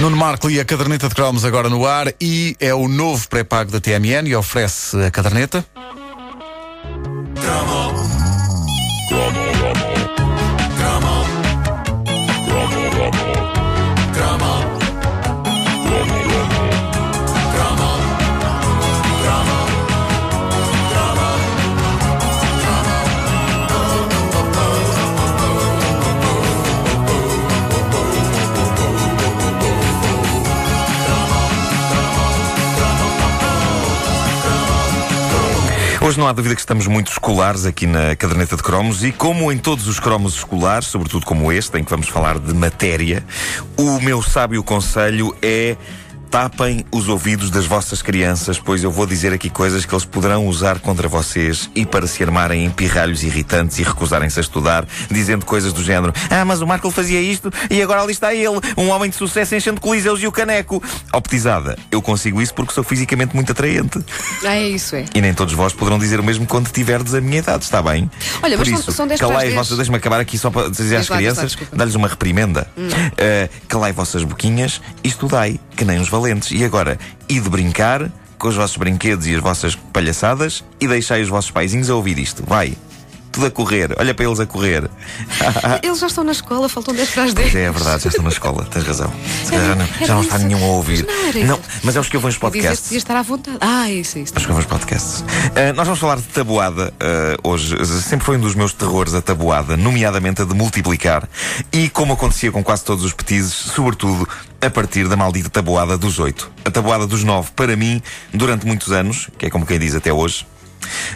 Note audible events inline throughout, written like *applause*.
Nuno Marco e a caderneta de cromos agora no ar e é o novo pré-pago da TMN e oferece a *laughs* caderneta. Hoje não há dúvida que estamos muito escolares aqui na caderneta de cromos e como em todos os cromos escolares, sobretudo como este, em que vamos falar de matéria, o meu sábio conselho é tapem os ouvidos das vossas crianças, pois eu vou dizer aqui coisas que eles poderão usar contra vocês e para se armarem em pirralhos irritantes e recusarem-se a estudar, dizendo coisas do género Ah, mas o Marco fazia isto e agora ali está ele, um homem de sucesso enchendo coliseus e o caneco. Optizada, eu consigo isso porque sou fisicamente muito atraente. Ah, é isso, é. E nem todos vós poderão dizer o mesmo quando tiverdes a minha idade, está bem? Olha, Por mas são- isso, são dez para as calai dez. vossas. Deixa-me acabar aqui só para dizer às Diz lá, diz lá, crianças, desculpa. dar-lhes uma reprimenda. Uh, calai vossas boquinhas e estudai, que nem os valentes. E agora, ide brincar com os vossos brinquedos e as vossas palhaçadas e deixai os vossos paizinhos a ouvir isto. Vai. Tudo a correr, olha para eles a correr. Eles já estão na escola, faltam 10 para as 10. Ah. Pois é, é verdade, já estão na escola, tens razão. Se calhar já não, Era já não está É isso. nenhum a ouvir. Mas não era Não, isso. mas é os que ouvem os Dizeste podcasts. que devias estar à vontade. Ah, é isso, é isso. Acho que vamos podcasts. Ah, nós vamos falar de tabuada ah, hoje. Sempre foi um dos meus terrores a tabuada, nomeadamente a de multiplicar. E como acontecia com quase todos os petizes, sobretudo a partir da maldita tabuada dos oito. A tabuada dos nove, para mim, durante muitos anos, que é como quem diz até hoje,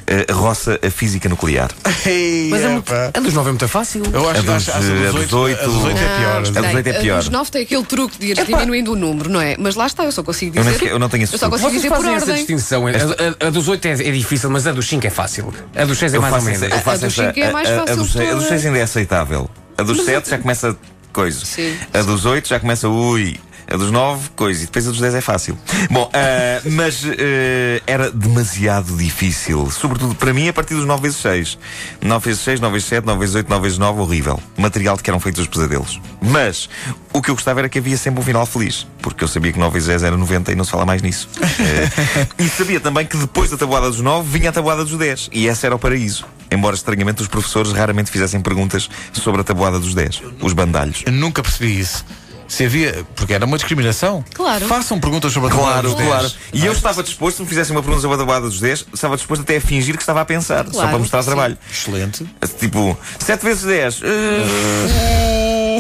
ah, roça a física nuclear. Mas a, mu- a dos 9 é muito fácil. Eu acho A que dos, acho- acho eh, a dos oito- a dos oito é pior. A dos oito é pior. Os 9 tem aquele truque de ir diminuindo o número, não é? Mas lá está, eu só consigo Eu nem dizer. sequer- eu não tenho esse Eu só truque. consigo Vocês dizer por fazem essa ordem. distinção. A, a- a dos 8 é, é difícil, mas a dos 5 é fácil. A dos 6 é Eu mais ou faço menos. essa- eu faço dos essa- cinco é a- mais a- fácil A dos seis- a dos toda. seis ainda é aceitável. A dos sete já começa coisa. é- Sim. A dos oito já começa ui. A dos nove, coisa. E depois a dos dez é fácil. Bom, ah, mas eh, era demasiado difícil. Sobretudo para mim, a partir dos nove vezes seis. Nove vezes seis, nove vezes sete, nove vezes oito, nove vezes nove, horrível. Material de que eram feitos os pesadelos. Mas o que eu gostava era que havia sempre um final feliz. Porque eu sabia que nove vezes dez era 90 e não se fala mais nisso. Eh, e sabia também que depois da tabuada dos nove vinha a tabuada dos dez. E essa era o paraíso. Embora estranhamente os professores raramente fizessem perguntas sobre a tabuada dos 10, os bandalhos. Eu nunca percebi isso. Se havia. Porque era uma discriminação. Claro. Façam perguntas sobre a tabuada Claro, dos claro. dez. E eu estava disposto, se me fizessem uma pergunta sobre a tabuada dos 10, estava disposto até a fingir que estava a pensar, só Claro, para mostrar sim. trabalho. Excelente. Tipo, 7 vezes eh, 10. Eh,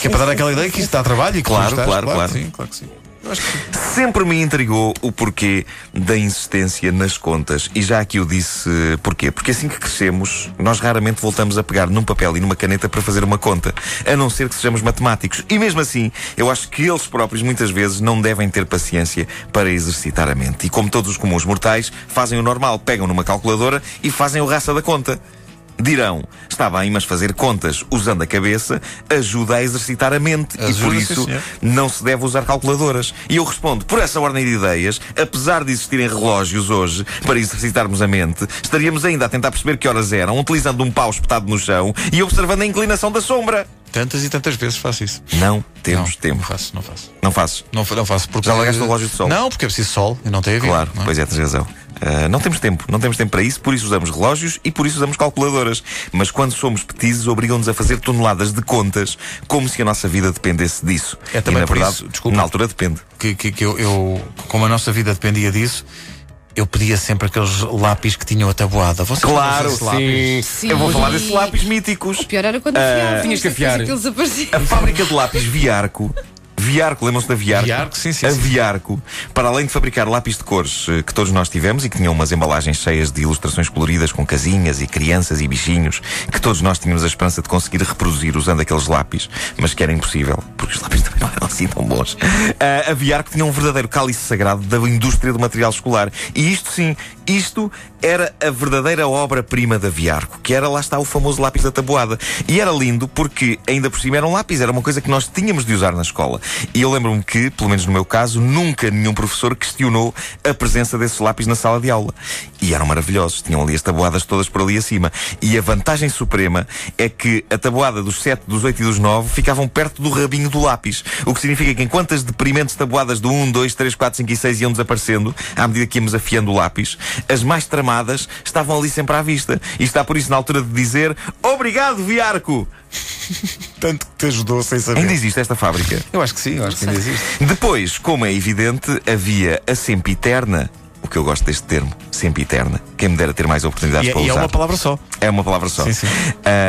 Que é para dar aquela ideia que isto dá trabalho e que Claro, tu estás, claro, claro. claro. que Sim, claro que sim. Eu acho que Sempre me intrigou o porquê da insistência nas contas. E já aqui eu disse eh, porquê. Porque assim que crescemos, nós raramente voltamos a pegar num papel e numa caneta para fazer uma conta. A não ser que sejamos matemáticos. E mesmo assim, eu acho que eles próprios muitas vezes não devem ter paciência para exercitar a mente. E como todos os comuns mortais, fazem o normal. Pegam numa calculadora e fazem o raça da conta. Dirão, está bem, mas fazer contas usando a cabeça ajuda a exercitar a mente e Ajuda, por sim, isso senhor. não se deve usar calculadoras. E eu respondo, por essa ordem de ideias, apesar de existirem relógios hoje para exercitarmos a mente, estaríamos ainda a tentar perceber que horas eram, utilizando um pau espetado no chão e observando a inclinação da sombra. tantas e tantas vezes faço isso. Não não, temos Não tempo. faço, não faço. Não faço. Não, fa- não faço porque. Já largaste o relógio de sol? Não, porque é preciso sol e não tem a ver. Claro, não é? pois é, tens razão. Ah, não temos tempo, não temos tempo para isso, por isso usamos relógios e por isso usamos calculadoras. Mas quando somos petizes, obrigam-nos a fazer toneladas de contas, como se a nossa vida dependesse disso. É também e, na por verdade, isso- desculpa. na altura depende. que, que, que eu, eu, como a nossa vida dependia disso, eu pedia sempre aqueles lápis que tinham a tabuada. Vocês não usam Claro, esses lápis? Sim. Eu vou falar desses desse lápis míticos. Pior era quando afiavas, Ah. Tinhas que depois afiar. Aqueles A apareciam. fábrica de lápis Viarco. Viarco, lembram-se da Viarco? Viarco, sim, sim, A sim. Viarco, para além de fabricar lápis de cores eh, que todos nós tivemos e que tinham umas embalagens cheias de ilustrações coloridas com casinhas e crianças e bichinhos, que todos nós tínhamos a esperança de conseguir reproduzir usando aqueles lápis, mas que era impossível, porque os lápis também não eram assim tão bons. Ah, a Viarco tinha um verdadeiro cálice sagrado da indústria do material escolar. E isto sim, isto era a verdadeira obra-prima da Viarco, que era lá está o famoso lápis da tabuada. E era lindo porque ainda por cima era um lápis, era uma coisa que nós tínhamos de usar na escola. E eu lembro-me que, pelo menos no meu caso, nunca nenhum professor questionou a presença desses lápis na sala de aula. E eram maravilhosos, tinham ali as tabuadas todas por ali acima. E a vantagem suprema é que a tabuada dos 7, dos 8 e dos 9 ficavam perto do rabinho do lápis. O que significa que enquanto as deprimentes tabuadas do 1, 2, 3, 4, 5 e 6 iam desaparecendo, à medida que íamos afiando o lápis, as mais tramadas estavam ali sempre à vista. E está por isso na altura de dizer Obrigado, Viarco! Tanto que te ajudou sem Ainda saber. existe esta fábrica. Eu acho que sim, eu acho que ainda existe. Depois, como é evidente, havia a sempiterna, o que eu gosto deste termo, sempiterna. Quem me dera ter mais oportunidades E, para e é usar. uma palavra só. É uma palavra só. Sim, sim.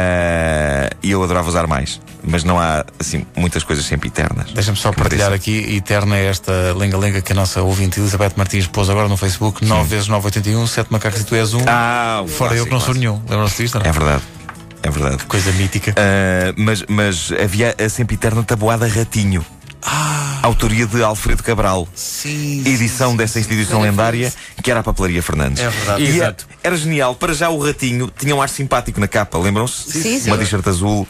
Ah, E eu adorava usar mais, mas não há assim muitas coisas sempiternas. Deixa-me só Que me partilhar pareçam. aqui, eterna é esta lenga-lenga que a nossa ouvinte Elizabeth Martins pôs agora no Facebook, 9 vezes 981, 7 macacos e tu és um. Ah, o Fora eu que não sou clássico, nenhum. Lembram-se disto? não? clássico. É verdade. É verdade. Coisa mítica. Ah, mas, mas havia a sempiterna tabuada Ratinho. Autoria de Alfredo Cabral. Ah. Sim. edição dessa instituição lendária que era a Papelaria Fernandes. É verdade. E Exato. é- Era, genial. Para já o ratinho tinha um ar simpático na capa, lembram-se? Sim, sim. Uma t-shirt azul.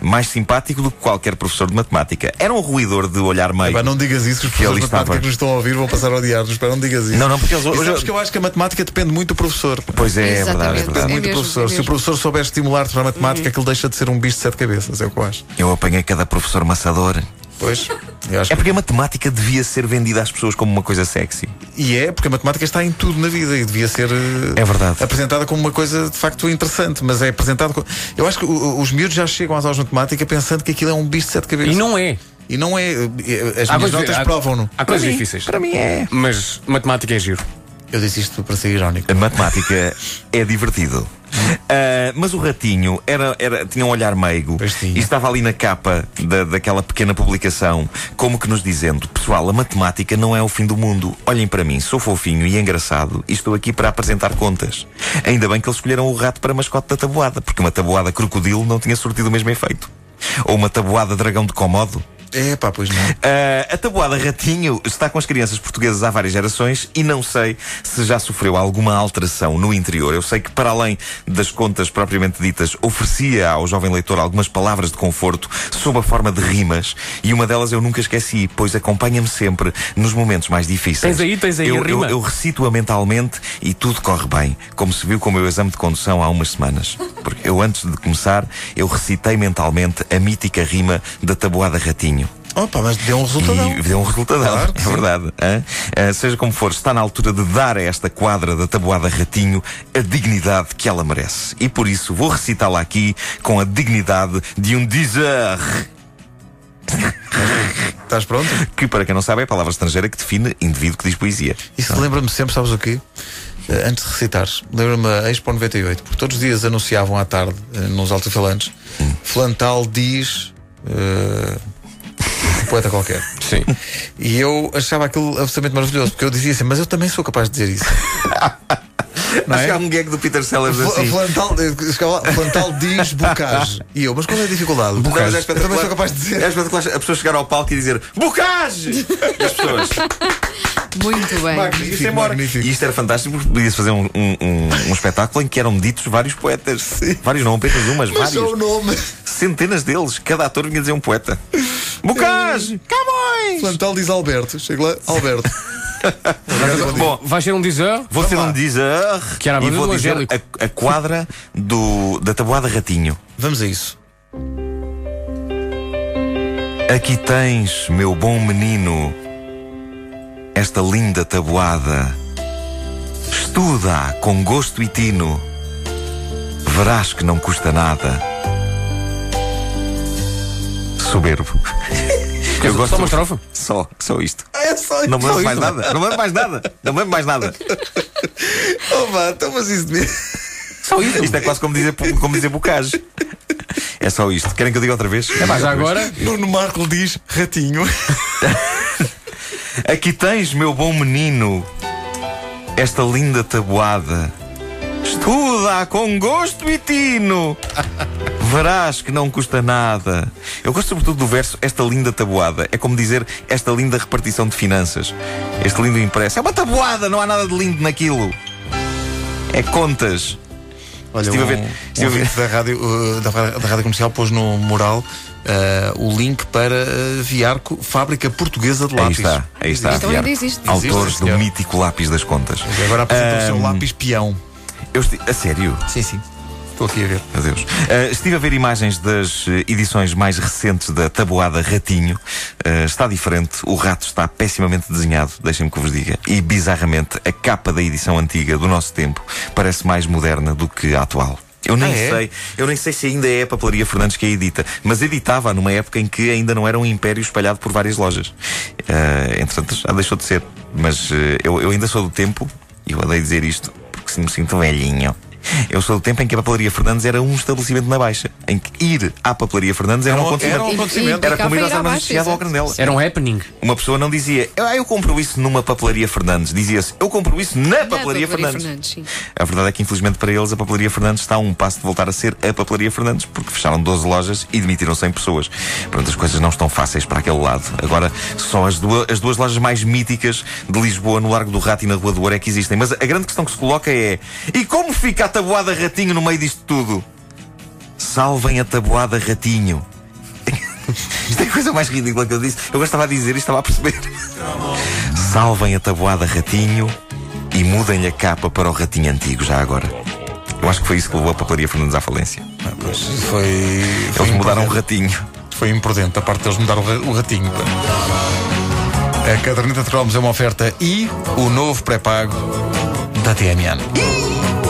Mais simpático do que qualquer professor de matemática. Era um ruidor de olhar meio. Epá, não digas isso, que os professores ali de matemática estava. que nos estão a ouvir vão passar a odiar-nos. Pá, Não digas isso. Não, não, porque eles E hoje- sabes que eu acho que a matemática depende muito do professor. Pois é, é Exatamente. verdade, é Depende verdade. muito do mesmo, professor. é Se o mesmo. Uhum. professor souber estimular-te para a matemática, aquilo deixa de ser um bicho de sete cabeças, é o que eu acho. Eu apanhei cada professor maçador. Pois. Eu acho É que- porque a matemática devia ser vendida às pessoas como uma coisa sexy. E é, porque a matemática está em tudo na vida e devia ser eh, É verdade. apresentada como uma coisa de facto interessante, mas é apresentada. co- Eu acho que o- os miúdos já chegam às aulas de matemática pensando que aquilo é um bicho de sete cabeças. E não é. E não é. eh, As Ah, Há minhas coisas- notas há- provam-no. Há coisas difíceis. Para mim é. Mas matemática é giro. Eu disse isto para ser irónico. A matemática é divertido. Ah, mas o ratinho era, era- tinha um olhar meigo Pois tinha. e estava ali na capa da, daquela pequena publicação, como que nos dizendo: Pessoal, a matemática não é o fim do mundo. Olhem para mim, sou fofinho e engraçado e estou aqui para apresentar contas. Ainda bem que eles escolheram o rato para mascote da tabuada, porque uma tabuada crocodilo não tinha surtido o mesmo efeito. Ou uma tabuada dragão de Komodo. É pá, pois *laughs* não. Ah, a tabuada Ratinho está com as crianças portuguesas há várias gerações e não sei se já sofreu alguma alteração no interior. Eu sei que, para além das contas propriamente ditas, oferecia ao jovem leitor algumas palavras de conforto sob a forma de rimas e uma delas eu nunca esqueci, pois acompanha-me sempre nos momentos mais difíceis. Tens aí, tens aí a eu, eu- rima. eu recito-a mentalmente e tudo corre bem, como se viu com o meu exame de condução há umas semanas. Porque eu, antes de começar, eu recitei mentalmente a mítica rima da tabuada Ratinho. Opa, mas deu um resultado. E deu um resultado, Claro que é sim. verdade. hã? Ah, seja como for, está na altura de dar a esta quadra da tabuada Ratinho a dignidade que ela merece. E por isso vou recitá-la aqui com a dignidade de um dizer Estás pronto? que, para quem não sabe, é a palavra estrangeira que define indivíduo que diz poesia. Isso lembra-me sempre, sabes o quê? Eh, Antes de recitares, lembra-me a Expo 98, porque todos os dias anunciavam à tarde, eh, nos altofalantes, Flantal diz. eh, um poeta qualquer. *laughs* Sim. E eu achava aquilo absolutamente maravilhoso, porque eu dizia assim, mas eu também sou capaz de dizer *laughs* isso. Não Acho é? que há um gag do Peter Sellers Fl- assim. Flantal, eh, chegava lá, Flantal diz bocage. E eu, mas qual é a dificuldade? Não, mas é Eu também sou espetacular- capaz de dizer. É espetacular a pessoa chegar ao palco e dizer Bocage! E As pessoas. Muito bem. Magnífico, Isto é mora. magnífico. E isto era fantástico porque podia-se fazer um, um, um- um espetáculo em que eram ditos vários poetas. Vários não, apenas umas, Mas vários. só o nome. Centenas deles. Cada ator vinha dizer um *laughs* poeta. Bocage! Camões! Flantal diz Alberto. Chego lá, *laughs* Alberto. tá Bom, Vai ser um dizer. vou ser um dizer Que era a e banda vou do dizer Angélico. a, a quadra do, da tabuada Ratinho. Vamos a isso. Aqui tens, meu bom menino, esta linda tabuada. Estuda com gosto e tino. Verás que não custa nada. Soberbo. Quer dizer, Só uma estrofe. Só, só isto. É só Não me isso. lembro mais nada. Não me lembro mais nada. Não me lembro mais nada. Oh, vá, então, mas isso mesmo. Só isso. Isto é quase como dizer, como dizer bocage. É só isto. Querem que eu diga outra vez? Mas É agora. Nuno Marco diz ratinho. Aqui tens, meu bom menino, esta linda tabuada. Estuda com gosto e tino. Verás que não custa nada. Eu gosto sobretudo do verso Esta linda tabuada. É como dizer esta linda repartição de finanças. Este lindo impresso. É uma tabuada, não há nada de lindo naquilo. É contas. Olha, Estive um, a ver- estive um a ver- ouvinte da, rádio, uh, da, ra- da Rádio Comercial pôs no mural uh, o link para uh, Viarco, fábrica portuguesa de Aí lápis. está, aí está. Então Viarco. ainda existe. Autores Existe, senhor. do mítico lápis das contas. Ah, E Agora apresenta Um, o seu lápis peão. Eu esti- A sério? Sim, sim. Estou aqui a ver. Meu Deus. Ah, estive a ver imagens das eh, edições mais recentes da tabuada Ratinho. Ah, está diferente, o rato está pessimamente desenhado, deixem-me que vos diga. E bizarramente, a capa da edição antiga do nosso tempo parece mais moderna do que a atual. Eu nem Ah, é? sei, eu nem sei se ainda é a papelaria Fernandes que a edita, mas editava numa época em que ainda não era um império espalhado por várias lojas. Ah, entretanto, já deixou de ser. Mas eh, eu, eu ainda sou do tempo, e eu odeio dizer isto, porque se me sinto velhinho. Eu sou do tempo em que a papelaria Fernandes era um estabelecimento na Baixa, em que ir à papelaria Fernandes era, Era um um- acontecimento. era um acontecimento. Era como ir Implicava aos ir à armas Baixa, associados ao exato. Granel. Era um happening. Uma pessoa não dizia, ah, eu compro isso numa papelaria Fernandes. Dizia-se, eu compro isso na, papelaria, Papelaria Fernandes. Fernandes, sim. A verdade é que, infelizmente para eles, a papelaria Fernandes está a um passo de voltar a ser a papelaria Fernandes, porque fecharam 12 lojas e demitiram 100 pessoas. Portanto, as coisas não estão fáceis para aquele lado. Agora, só as duas, as duas lojas mais míticas de Lisboa, no Largo do Rato e na Rua do Ouro, é que existem. Mas a grande questão que se coloca é: e como fica a tabuada Ratinho no meio disto tudo? Salvem a tabuada Ratinho. *laughs* Isto é a coisa mais ridícula que eu disse. Eu gostava de dizer isto, estava a perceber. Salvem a tabuada Ratinho e mudem-lhe a capa para o Ratinho Antigo, já agora. Eu acho que foi isso que levou a papelaria Fernandes à falência. Ah, Foi. foi Eles mudaram o imprudente. ratinho. Foi imprudente a parte deles mudar o ra- o ratinho. A caderneta de cromos é uma oferta e o novo pré-pago da TMN.